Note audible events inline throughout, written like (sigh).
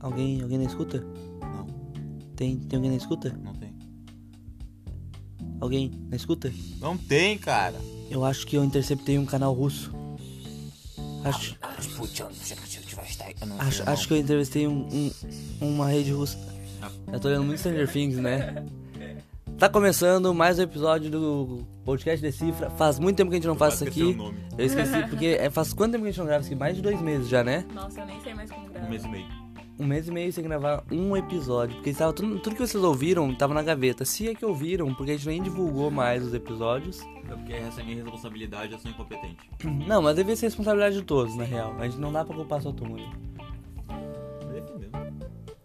Alguém, alguém na escuta? Não, Tem, tem alguém na escuta? não tem. Alguém na escuta? Não tem, cara. Eu acho que eu interceptei um canal russo. Acho, acho, acho que eu entrevistei um, um- uma rede russa. Eu tô olhando muito Stranger Things, né? Tá começando mais um episódio do podcast Decifra. Faz muito tempo que a gente não faz isso Quase que eu aqui. tenho um nome. Eu esqueci, porque é, faz quanto tempo que a gente não grava isso aqui? Mais de dois meses já, né? Nossa, eu nem sei mais como Um grava. mês e meio. um mês e meio sem gravar um episódio, porque estava tudo, tudo que vocês ouviram estava na gaveta. Se é que ouviram, porque a gente nem divulgou mais os episódios. É porque essa é a minha responsabilidade, eu sou incompetente. Não, mas devia ser responsabilidade de todos, na real. A gente não dá pra culpar só tu, Murilo.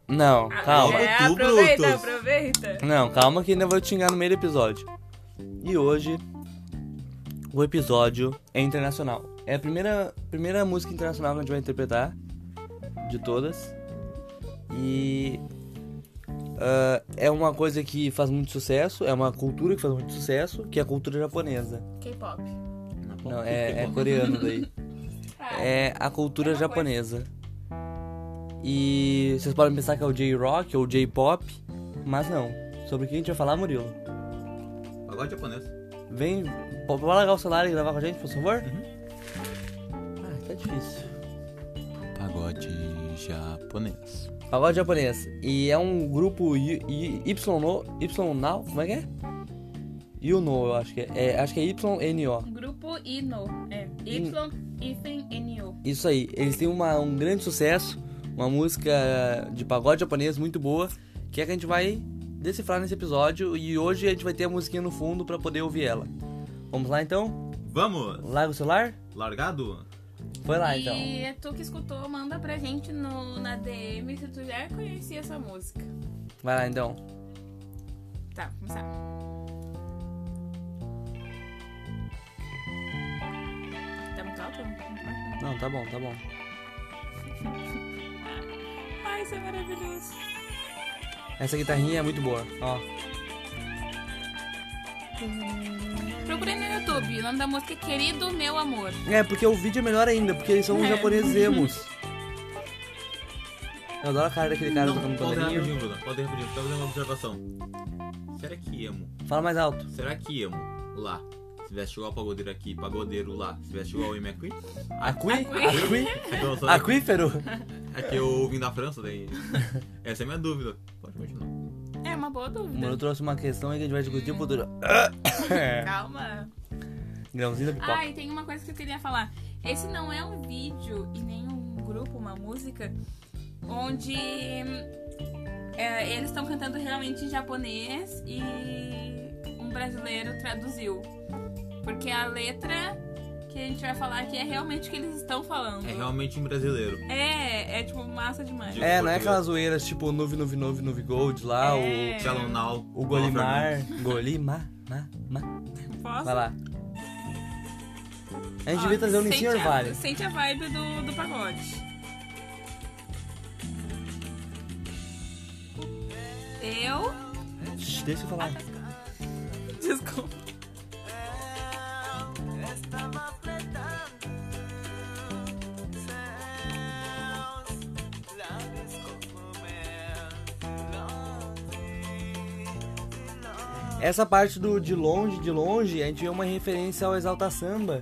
Não, calma. é, tu, aproveita, Brutus. aproveita. Não, calma que ainda vou te xingar no meio do episódio. E hoje o episódio é internacional. É a primeira, primeira música internacional que a gente vai interpretar de todas. E ah, é uma coisa que faz muito sucesso, é uma cultura que faz muito sucesso, que é a cultura japonesa. K-pop. Não, é, é coreano daí. (laughs) Ah, É a cultura É uma coisa. japonesa. E vocês podem pensar que é o J-Rock ou J-Pop, mas não. Sobre o que a gente vai falar, Murilo? Pagode japonês. Vem, pode largar o celular e gravar com a gente, por favor? Ah, tá difícil. Pagode japonês. Pagode japonês. E é um grupo Y, y no, y now, como é que é? Yuno, eu acho que é. é acho que é YNO. Grupo Ino. É. Y, Ethan, N-O. Isso aí, eles têm uma, um grande sucesso, uma música de pagode japonês muito boa, que é que a gente vai decifrar nesse episódio e hoje a gente vai ter a musiquinha no fundo pra poder ouvir ela. Vamos lá então? Vamos! Larga o celular? Largado? Foi lá então. E é tu que escutou, manda pra gente no, na DM se tu já conhecia essa música. Vai lá então. Tá, vamos começar. Tá muito alto? Muito baixo? Não, tá bom, tá bom. Ai, isso é maravilhoso. Essa guitarrinha é muito boa, ó. Procurei no YouTube. O nome da música é Querido Meu Amor. É, porque o vídeo é melhor ainda, porque eles são os É. (laughs) japoneses emos. Eu adoro a cara daquele cara tocando pode pandeirinho. rapidinho, Bruno. Pode rapidinho, só fazer uma observação. Será que emo? Fala mais alto. Será que emo? Lá. Se tivesse igual o pagodeiro aqui, pagodeiro lá. Se tivesse igual o M aqui. Acui? Acui? Então, Ah, só- Aquífero? É que eu vim da (laughs) França, daí. Essa é a minha dúvida. Pode continuar. É uma boa O Mano, dúvida. eu trouxe uma questão aí que a gente vai discutir no futuro. Calma. Grãozinho da pipoca. Ah, e tem uma coisa que eu queria falar. Esse não é um vídeo e nem um grupo, uma música, onde hum, é, eles estão cantando realmente em japonês e um brasileiro traduziu. Porque a letra que a gente vai falar aqui é realmente o que eles estão falando. É realmente um brasileiro. É, é, tipo massa demais. De- É, não é aquelas zoeiras tipo Nuve Nuve Nuve Nuve Gold lá, É. Jalonal. o, o Golimar. Golimar, ma, ma. Posso? Vai lá. A gente Ó, devia trazer o sente Lincinho a- Orvalho. Sente a vibe do, do pagode. Eu. Shh, Deixa eu falar. (laughs) Desculpa. Essa parte do de longe, de longe, a gente vê uma referência ao Exalta Samba.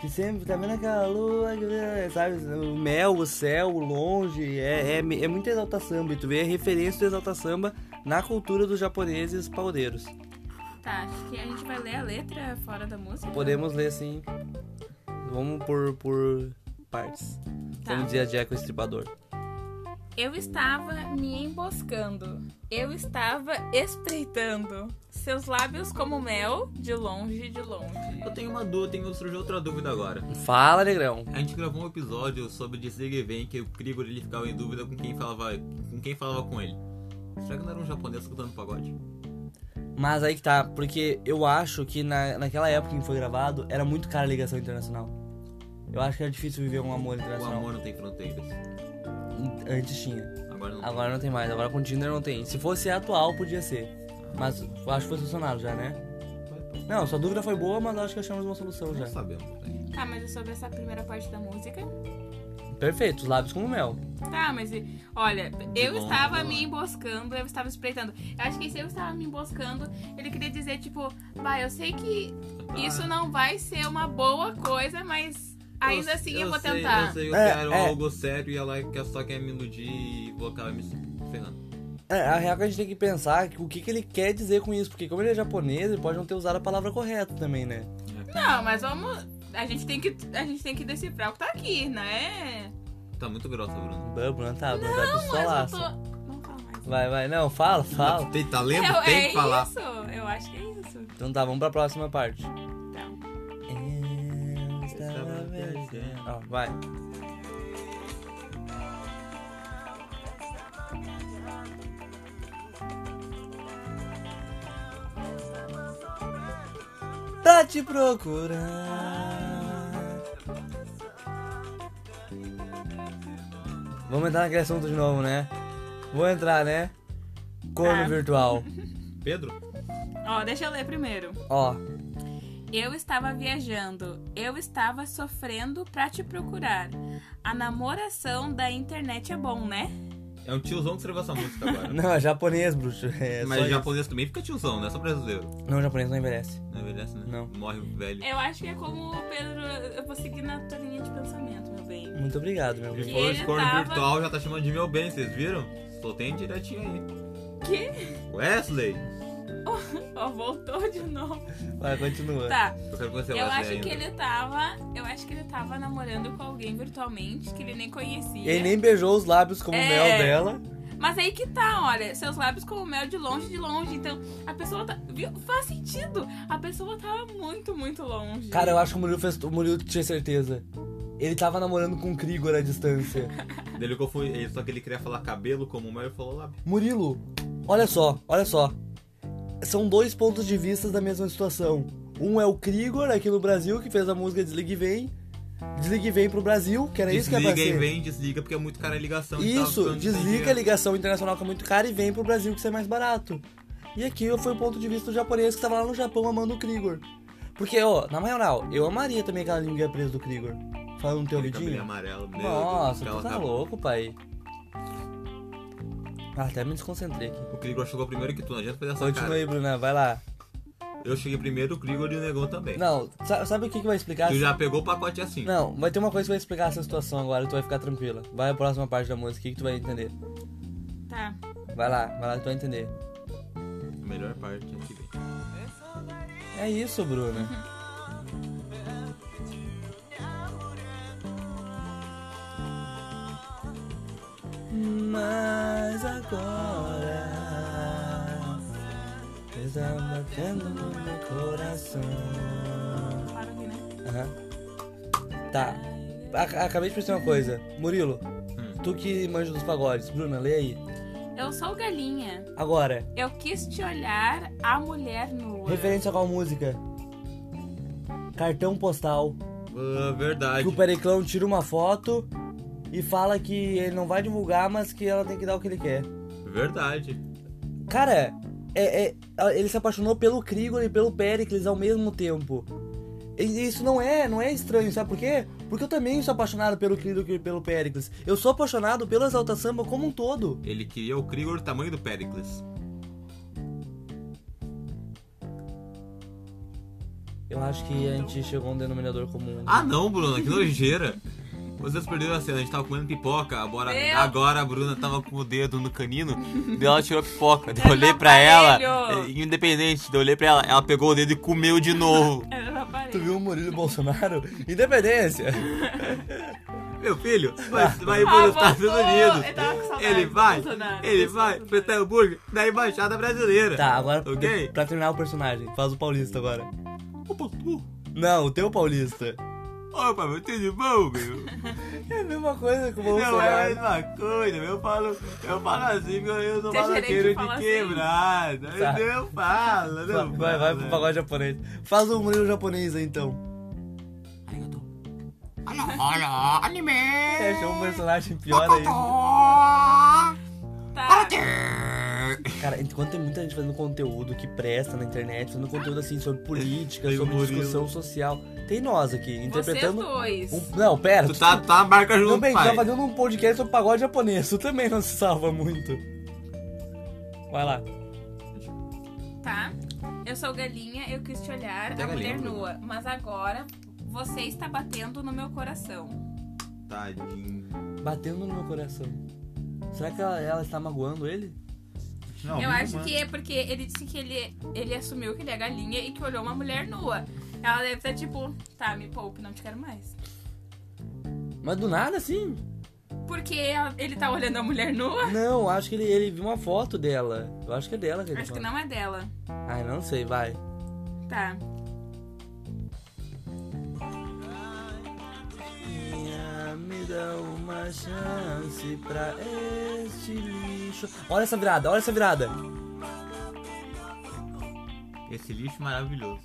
Que sempre, tá vendo aquela lua, que vê, sabe? O mel, o céu, o longe. É, é, é muito Exalta Samba. E tu vê a referência do Exalta Samba na cultura dos japoneses paudeiros. Tá, acho que a gente vai ler a letra fora da música. Podemos ler assim. Vamos por, por partes. Tá. Vamos dizer a Jack o estripador. Eu estava me emboscando. Eu estava espreitando. Seus lábios como mel, de longe, de longe. Eu tenho uma dúvida, tenho surgiu outra dúvida agora. Fala, Negrão. A gente gravou um episódio sobre dizer que vem que o Krigor ele ficava em dúvida com quem falava com quem falava com ele. Será que não era um japonês escutando pagode? Mas aí que tá, porque eu acho que na, naquela época em que foi gravado, era muito cara a ligação internacional. Eu acho que era difícil viver um amor O internacional. amor não tem fronteiras. Antes tinha. Agora não. Agora não tem mais, agora com o Tinder não tem. Se fosse atual, podia ser. Mas eu acho que foi solucionado já, né? Não, sua dúvida foi boa, mas eu acho que achamos uma solução já. Não sabemos. né? Tá, mas é sobre essa primeira parte da música. Perfeito, os lábios como mel. Tá, mas e- olha, eu longe, estava de me longe. emboscando, eu estava espreitando. Eu acho que se eu estava me emboscando, ele queria dizer, tipo, vai, eu sei que Tá. isso não vai ser uma boa coisa, mas ainda assim eu, vou sei, tentar. Eu sei, eu É, quero é. algo sério e ela quer- só quer me iludir e vou acabar me ferrando. É, a real é que a gente tem que pensar que o que, que ele quer dizer com isso, porque como ele é japonês, ele pode não ter usado a palavra correta também, né? Não, mas vamos. A gente tem que, a gente tem que decifrar o que tá aqui, né? Tá muito grossa, Bruno. Bã, Bruna, tá, Bruna, tá Mas eu pistolaça. tô. Não fala mais. Vai, vai, não, fala, fala. Tem talento? Eu- tem é que falar. isso, eu acho que é isso. Então tá, vamos pra próxima parte. Então, Eu estava viajando. Ó, vai. Pra Tá te procurar. Vamos entrar naquele assunto de novo, né? Vou entrar, né? Corno Tá. virtual. Pedro? ó, deixa eu ler primeiro. Ó, Eu estava viajando, eu estava sofrendo pra te procurar. A namoração da internet é bom, né? É um tiozão que escreveu essa música agora. (laughs) não, é japonês, bruxo. É só Mas isso. japonês também fica tiozão, não é só brasileiro. Não, japonês não envelhece. Não envelhece, né? Não. Morre velho. Eu acho que é como o Pedro. Eu vou seguir na tua linha de pensamento, meu bem. Muito obrigado, meu Ele bem. falou de ele corno tava- virtual, já tá chamando de meu bem, vocês viram? Soltei em direitinho aí. Que? Wesley! Ó, voltou de novo. Vai, continua. Tá. Eu quero Então, conhecer o Eu Wesley acho é ainda. que ele tava. Eu acho que ele tava namorando com alguém virtualmente que ele nem conhecia. Ele nem beijou os lábios como É. o mel dela. Mas aí que tá, olha, seus lábios como mel de longe, de longe. Então, a pessoa tá. Viu? Faz sentido. A pessoa tava muito, muito longe. Cara, eu acho que o Murilo fez. O Murilo tinha certeza. Ele tava namorando com o Krigor à (laughs) distância. Dele que eu fui, ele- só que ele queria falar cabelo como o meu e falou lábio. Murilo, olha só, olha só. São dois pontos de vista da mesma situação. Um é o Krigor aqui no Brasil, que fez a música Desligue e Vem. Desligue e Vem pro Brasil, que era isso que desliga é pra e ser. vem, desliga, porque é muito cara a ligação. e tal, Isso, ficando sem desliga a dinheiro. ligação internacional que é muito cara e vem pro Brasil que isso é mais barato. E aqui foi o ponto de vista do japonês que tava lá no Japão amando o Krigor. Porque, ó, na moral, eu amaria também aquela língua presa do Krigor. Falando no teu Aquele cabelinho ouvidinho. amarelo. meu Nossa, Deus, tu aquela tá capa- louco, pai. Ah, até me desconcentrei aqui. O Krigor chegou primeiro que tu, não adianta fazer essa Continua cara. aí, Bruna, vai lá. Eu cheguei primeiro, o Krigor e o Negão também. Não, sa- sabe o que, que vai explicar? Tu já pegou o pacote assim. Não, vai ter uma coisa que vai explicar essa situação agora, tu vai ficar tranquila. Vai a próxima parte da música que tu vai entender. Tá. Vai lá, vai lá que tu vai entender. A melhor parte é que vem. É isso, Bruna. Mas agora está batendo no meu coração. Claro que, né? Aham. Tá. A- acabei de pensar uma coisa. Murilo, Hum. tu que manja dos pagodes. Bruna, lê aí. Eu sou galinha. Agora, Eu quis te olhar a mulher nua. referência a qual música? Cartão postal. Ah, verdade. que o Periclão tira uma foto e fala que ele não vai divulgar, mas que ela tem que dar o que ele quer. Verdade. Cara, é- é- ele se apaixonou pelo Krigor e pelo Pericles ao mesmo tempo. E isso não é, não é estranho, sabe por quê? Porque eu também sou apaixonado pelo Krigor e pelo Pericles. Eu sou apaixonado pelo Exalta Samba como um todo. Ele queria o Krigor do tamanho do Pericles. Eu acho que a gente chegou a um denominador comum. Ah não, Bruna, que nojeira. (laughs) Vocês perderam a cena, a gente tava comendo pipoca, agora, Meu- agora a Bruna tava com o dedo no canino, daí ela tirou a pipoca, (laughs) daí eu Era olhei no pra ela, aparelho. eh, independente, daí eu olhei pra ela, ela pegou o dedo e comeu de (laughs) novo. Era na Tu parede. viu o Murilo Bolsonaro? (laughs) Independência! Meu filho, vai, vai Ah, para os Estados voltou. Unidos. Eu tava com saudade Ele do vai, Bolsonaro, ele do vai Bolsonaro. pra Hamburgo, da Embaixada Brasileira. Tá, agora Ok? pra terminar o personagem, faz o paulista agora. Opa, tu. Não, o teu paulista. Opa, meu tudo bom, meu? É a mesma coisa que o Não é a Bolsonaro. mesma coisa, eu falo, eu falo assim, porque eu sou Você é maloqueiro gerente, de fala assim? quebrada. Tá. Eu falo, não Vai, vai falo. pro pagode japonês. Faz o Murilo japonês aí então. Olha, olha, anime! É, chama um personagem pior aí. Tá. Cara, enquanto tem muita gente fazendo conteúdo que presta na internet, fazendo conteúdo assim sobre política, (laughs) Tem o sobre Murilo. discussão social, tem nós aqui Vocês interpretando. dois. um- Não, pera. Tu tá, tá marca junto, Também, pai. tá fazendo um podcast sobre pagode japonês. Tu também não se salva muito. Vai lá. Tá? Eu sou galinha, eu quis te olhar, Até a mulher galinha, nua. Mas agora você está batendo no meu coração. Tadinho. Batendo no meu coração. Será que ela, ela está magoando ele? Não, eu me acho manda. que é porque ele disse que ele, ele assumiu que ele é galinha e que olhou uma mulher nua. Ela deve estar tipo, tá, me poupe, não te quero mais. Mas do nada, assim? sim. Porque ela- ele tá olhando a mulher nua? Não, acho que ele, ele viu uma foto dela. Eu acho que é dela que ele Acho que fala. não é dela. Ai, não sei, vai. Tá. Me dá uma chance pra este lixo. Olha essa virada, olha essa virada. Esse lixo maravilhoso.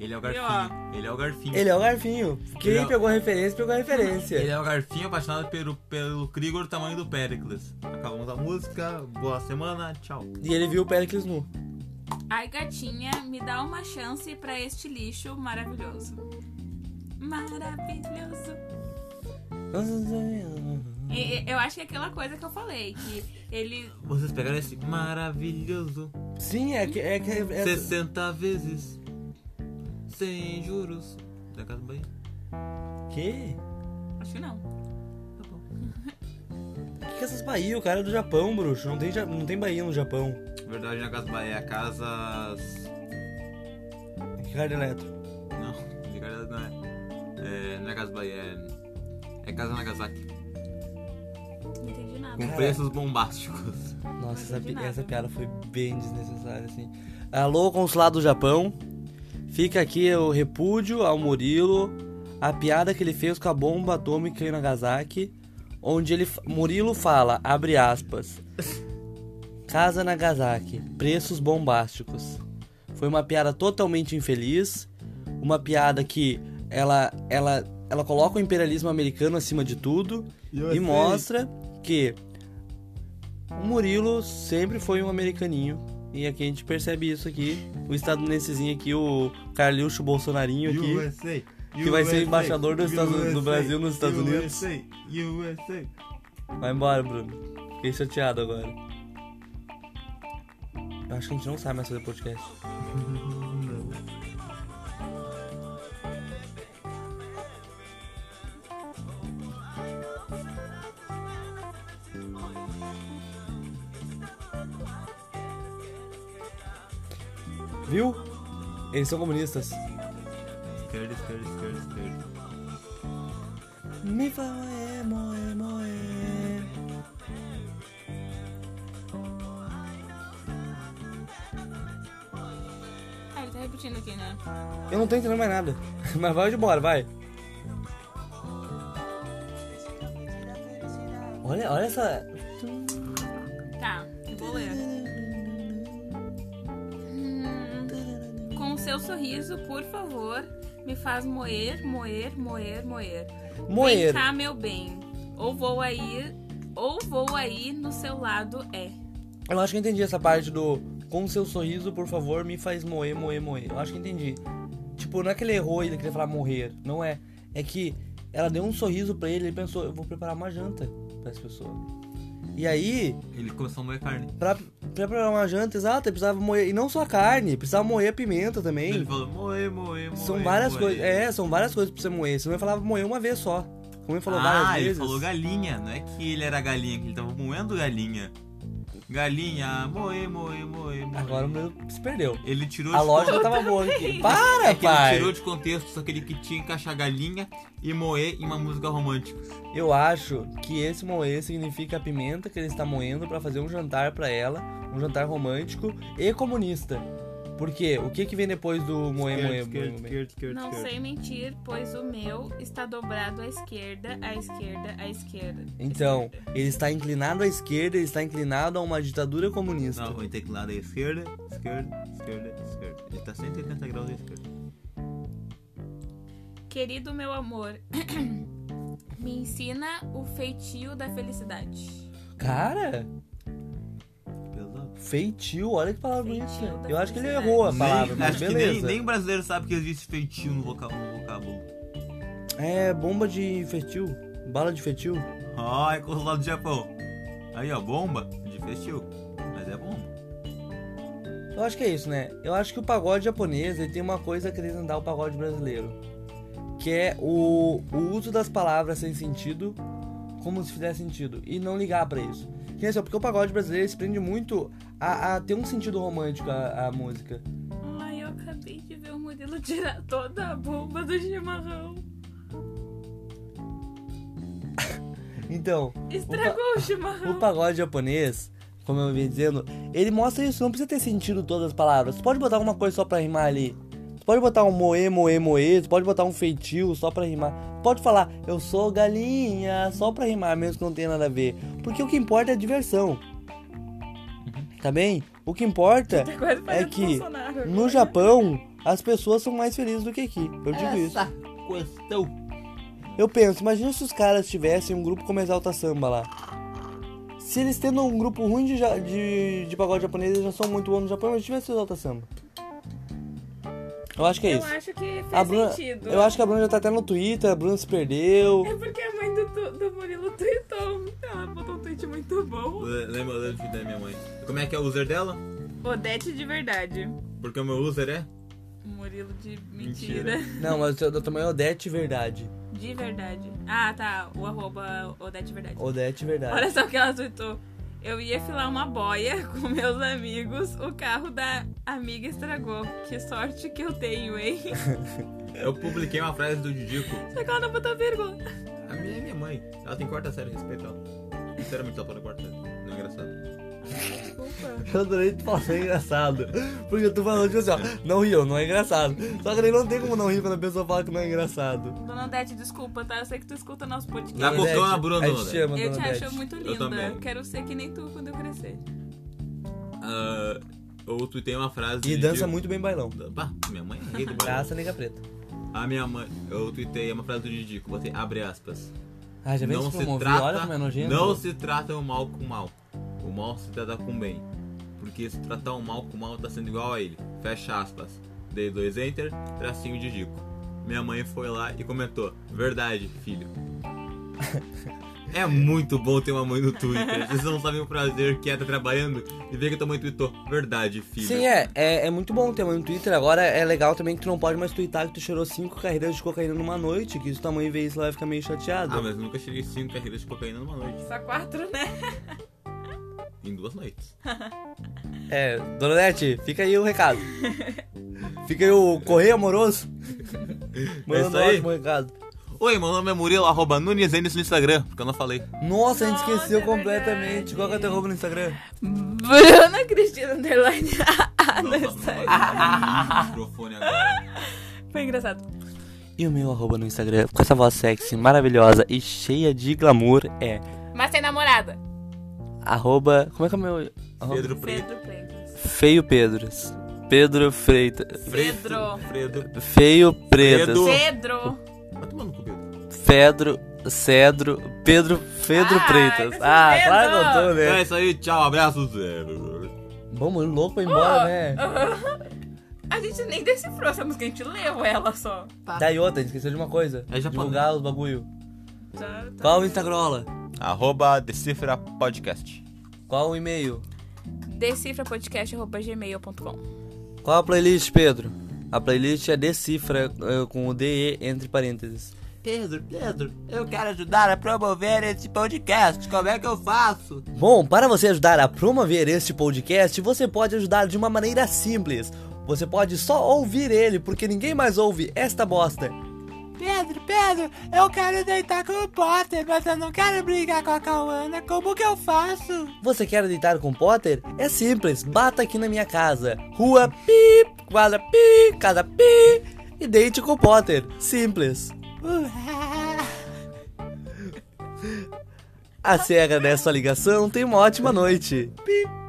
Ele é o é- E, ó. garfinho. Ele é o garfinho. Ele é o garfinho. Quem Ele é- pegou a referência, pegou a referência. Ele é o garfinho apaixonado pelo, pelo Krigor tamanho do Pericles. Acabamos a música, boa semana, tchau. E ele viu o Pericles nu. Ai, gatinha, me dá uma chance pra este lixo maravilhoso. Maravilhoso. E- e- eu acho que é aquela coisa que eu falei, que ele Vocês pegaram esse maravilhoso Sim, é que. É que é- 60 vezes sem juros. Da casa do Bahia. Que? Acho que não. Tá bom. que que é essas Bahia? O cara é do Japão, bruxo. Não tem, ja- não tem Bahia no Japão. Verdade, na casa do Bahia, casas. Ricardo é Eletro. Não, de verdade não é. É, não é casa do Bahia, é. É casa Nagasaki. Não entendi nada. Com Cara. (laughs) preços bombásticos. Nossa, essa, pi- entendi nada. essa piada foi bem desnecessária, assim. Alô, consulado do Japão. Fica aqui o repúdio ao Murilo. A piada que ele fez com a bomba atômica em Nagasaki. Onde ele. fa- Murilo fala, abre aspas. Casa Nagasaki, preços bombásticos. Foi uma piada totalmente infeliz, uma piada que ela ela ela coloca o imperialismo americano acima de tudo e mostra que o Murilo sempre foi um americaninho. E aqui a gente percebe isso aqui, o estadunidensezinho aqui, o Carluxo Bolsonarinho aqui. USA, que vai ser embaixador dos Estados Unidos- do Brasil nos Estados Unidos. USA, USA. Vai embora, Bruno. Fiquei chateado agora. Eu acho que a gente não sabe mais fazer podcast. Viu? Eles são comunistas. Esquerda, esquerda, esquerda, esquerda. Me fala, é, moe, moe. Ah, ele tá repetindo aqui, né? Eu não tô entendendo mais nada. (laughs) Mas vai de bora, vai. Olha, olha essa. Tá, eu vou ler. Hum, com o seu sorriso, por favor, me faz moer, moer, moer, moer. Vem Moer. cá, meu bem. Ou vou aí, ou vou aí no seu lado é. Eu acho que eu entendi essa parte do. Com seu sorriso, por favor, me faz moer, moer, moer. Eu acho que eu entendi. Tipo, não é que ele errou e ele queria falar morrer. Não é. É que ela deu um sorriso pra ele e ele pensou, eu vou preparar uma janta pra essa pessoa. E aí, Ele começou a moer carne. pra, pra preparar uma janta, exato, ele precisava moer. E não só a carne, precisava moer a pimenta também. Ele falou moer, moer, moer. São várias moer. coisas. É, são várias coisas pra você moer. Você não vai falar moer uma vez só. Como ele falou ah, várias ele vezes. falou galinha, não é que ele era galinha, que ele tava moendo galinha. Galinha, moe, moe, moe, moe. Agora o meu se perdeu. Ele tirou A de loja tá con- tava boa aqui. Para, (laughs) é que ele pai! tirou de contexto, só que ele que tinha que encaixar galinha e moer em uma música romântica. Eu acho que esse moer significa a pimenta que ele está moendo pra fazer um jantar pra ela, um jantar romântico e comunista. Porque o que que vem depois do moer, moer, moer, Esquerda, moer? esquerda, esquerda, Não esquerda. sei mentir, pois o meu está dobrado à esquerda, à esquerda, à esquerda. Então, ele está inclinado à esquerda, ele está inclinado a uma ditadura comunista. Não, o teclado é esquerda, esquerda, esquerda, esquerda. Ele tá 180 graus à esquerda. Querido meu amor, (clears throat) me ensina o feitio da felicidade. Cara, Feitio, olha que palavra Feitio bonita. da Eu acho que ele felicidade. errou a Nem- palavra, mas acho que nem, beleza. nem brasileiro sabe que existe feitio no vocal, no vocábulo. É bomba de fetil, bala de fetil. Ah, é consulado do Japão. Aí, ó, bomba de feitio. Mas é bomba. Eu acho que é isso, né? Eu acho que o pagode japonês ele tem uma coisa a acrescentar ao pagode brasileiro. Que é o, o uso das palavras sem sentido, como se fizer sentido, e não ligar pra isso. Que nem assim, ó, porque o pagode brasileiro ele se prende muito a, a ter um sentido romântico a, a música. Ai, eu acabei de ver o Murilo tirar toda a bomba do chimarrão. Então, Estragou o o chimarrão. pagode japonês, como eu vim dizendo, ele mostra isso, não precisa ter sentido todas as palavras. Tu pode botar alguma coisa só pra rimar ali. Tu pode botar um moe, moe, moe, tu pode botar um feitio só pra rimar. Tu Pode falar, eu sou galinha, só pra rimar, mesmo que não tenha nada a ver. Porque o que importa é a diversão. Tá bem? O que importa Tá quase é fazendo que Bolsonaro agora. no Japão as pessoas são mais felizes do que aqui. Eu digo isso. Essa questão. Eu penso, imagina se os caras tivessem um grupo como Exalta Samba lá. Se eles tendo um grupo ruim de, ja- de, de pagode japonês, eles já são muito bons no Japão, mas tivesse o Exalta Samba. Eu acho que é Eu isso. acho que fez A Bruna, sentido. eu acho que a Bruna já tá até no Twitter, a Bruna se perdeu. É porque a mãe do, tu- do Murilo tweetou. Ela botou um tweet muito bom. Lembra do vídeo da minha mãe? Como é que é o user dela? Odete de verdade. Porque o meu user é? Murilo de mentira. Mentira. Não, mas eu tô tamanho Odete Verdade. De verdade. Ah, tá. O arroba Odete de verdade. Odete Verdade. Olha só o que ela tweetou. Eu ia filar uma boia (laughs) com meus amigos, o carro da amiga estragou. Que sorte que eu tenho, hein? Eu publiquei uma frase do Didico. Só que ela não botou vírgula. A minha é minha mãe. Ela tem quarta série, respeita ela. Sinceramente, ela tá na quarta série. Não é engraçado. Desculpa. Eu adorei tu falar é engraçado. Porque tu falou tipo assim, ó, não riu, não é engraçado. Só que daí não tem como não rir quando a pessoa fala que não é engraçado. Dona Odete, desculpa, tá? Eu sei que tu escuta nosso Dá podcast. bocão Odete, na é Bruna, a gente Odete. te ama, Eu te dona acho Odete. muito Eu linda. também. Quero ser que nem tu quando eu crescer. Ah, eu tuitei uma frase do E dança Didico. muito bem bailão. Bah, minha mãe é rei do barulho. Graça nega preta. A minha mãe. Eu tuitei uma frase do Didico. Botei abre aspas. Ah, já vem não se se promover, trata, olha como é nojento. não se trata o mal com mal. O mal se trata com bem. Porque se tratar o mal com mal tá sendo igual a ele. Fecha aspas. Dei dois enter, tracinho de Dico. Minha mãe foi lá e comentou: "Verdade, (laughs) filho". É muito bom ter uma mãe no Twitter. Vocês não sabem o prazer que é estar trabalhando e ver que a tua mãe tweetou: "Verdade, filho". Sim, é, é, é muito bom ter mãe no Twitter. Agora é legal também que tu não pode mais twittar que tu cheirou cinco carreiras de cocaína numa noite, que se tua mãe vê isso, ela vai ficar meio chateada. Ah, mas eu nunca cheguei cinco carreiras de cocaína numa noite, Só quatro, né? (laughs) em duas noites. É, Dona Nete, fica aí o recado. fica aí o correio (laughs) amoroso. Mandando É isso aí. ótimo recado. Oi, meu nome é Murilo, arroba Nunes Enes no Instagram, porque eu não falei. Nossa, a gente Nossa, esqueceu é completamente. verdade. Qual que é o teu roubo no Instagram? Bruna Cristina Underline. Nossa, ah, microfone agora. Ah, Foi engraçado. E o meu arroba no Instagram, com essa voz sexy, maravilhosa e cheia de glamour, é Mas tem namorada. arroba. Como é que é o meu. arroba? (laughs) Pedro Preto. Pedro Freitas. Feio Pedros. Pedro Freitas. Pedro. Fredo. Feio Pretas. Pedro. Pedro. Vai tomar no cu, Pedro. Pedro, Cedro, Pedro, Pedro Ah, Freitas. tá Ah, vendo? claro que eu tô, É né? isso aí, tchau, abraço, zero. Bom, mano, louco pra ir embora, Oh. né? A gente nem decifrou essa música, a gente leu ela só. Daí outra, a gente esqueceu de uma coisa. É japonês. Divulgar os bagulho. Tá, tá. Qual o Instagrola? Arroba Decifra Podcast. Qual o e-mail? Decifrapodcast.gmail.com Qual a playlist, Pedro? A playlist é Decifra eh, com o DE entre parênteses. Pedro, Pedro, eu quero ajudar a promover esse podcast. Como é que eu faço? Bom, para você ajudar a promover este podcast, você pode ajudar de uma maneira simples. Você pode só ouvir ele, porque ninguém mais ouve esta bosta. Pedro, Pedro, eu quero deitar com o Potter, mas eu não quero brigar com a Cauana. Como que eu faço? Você quer deitar com Potter? É simples, bata aqui na minha casa. Rua pi, quadra pi, casa pi e deite com Potter. Simples. Uh, A cega dessa ligação tem uma ótima noite. Pi.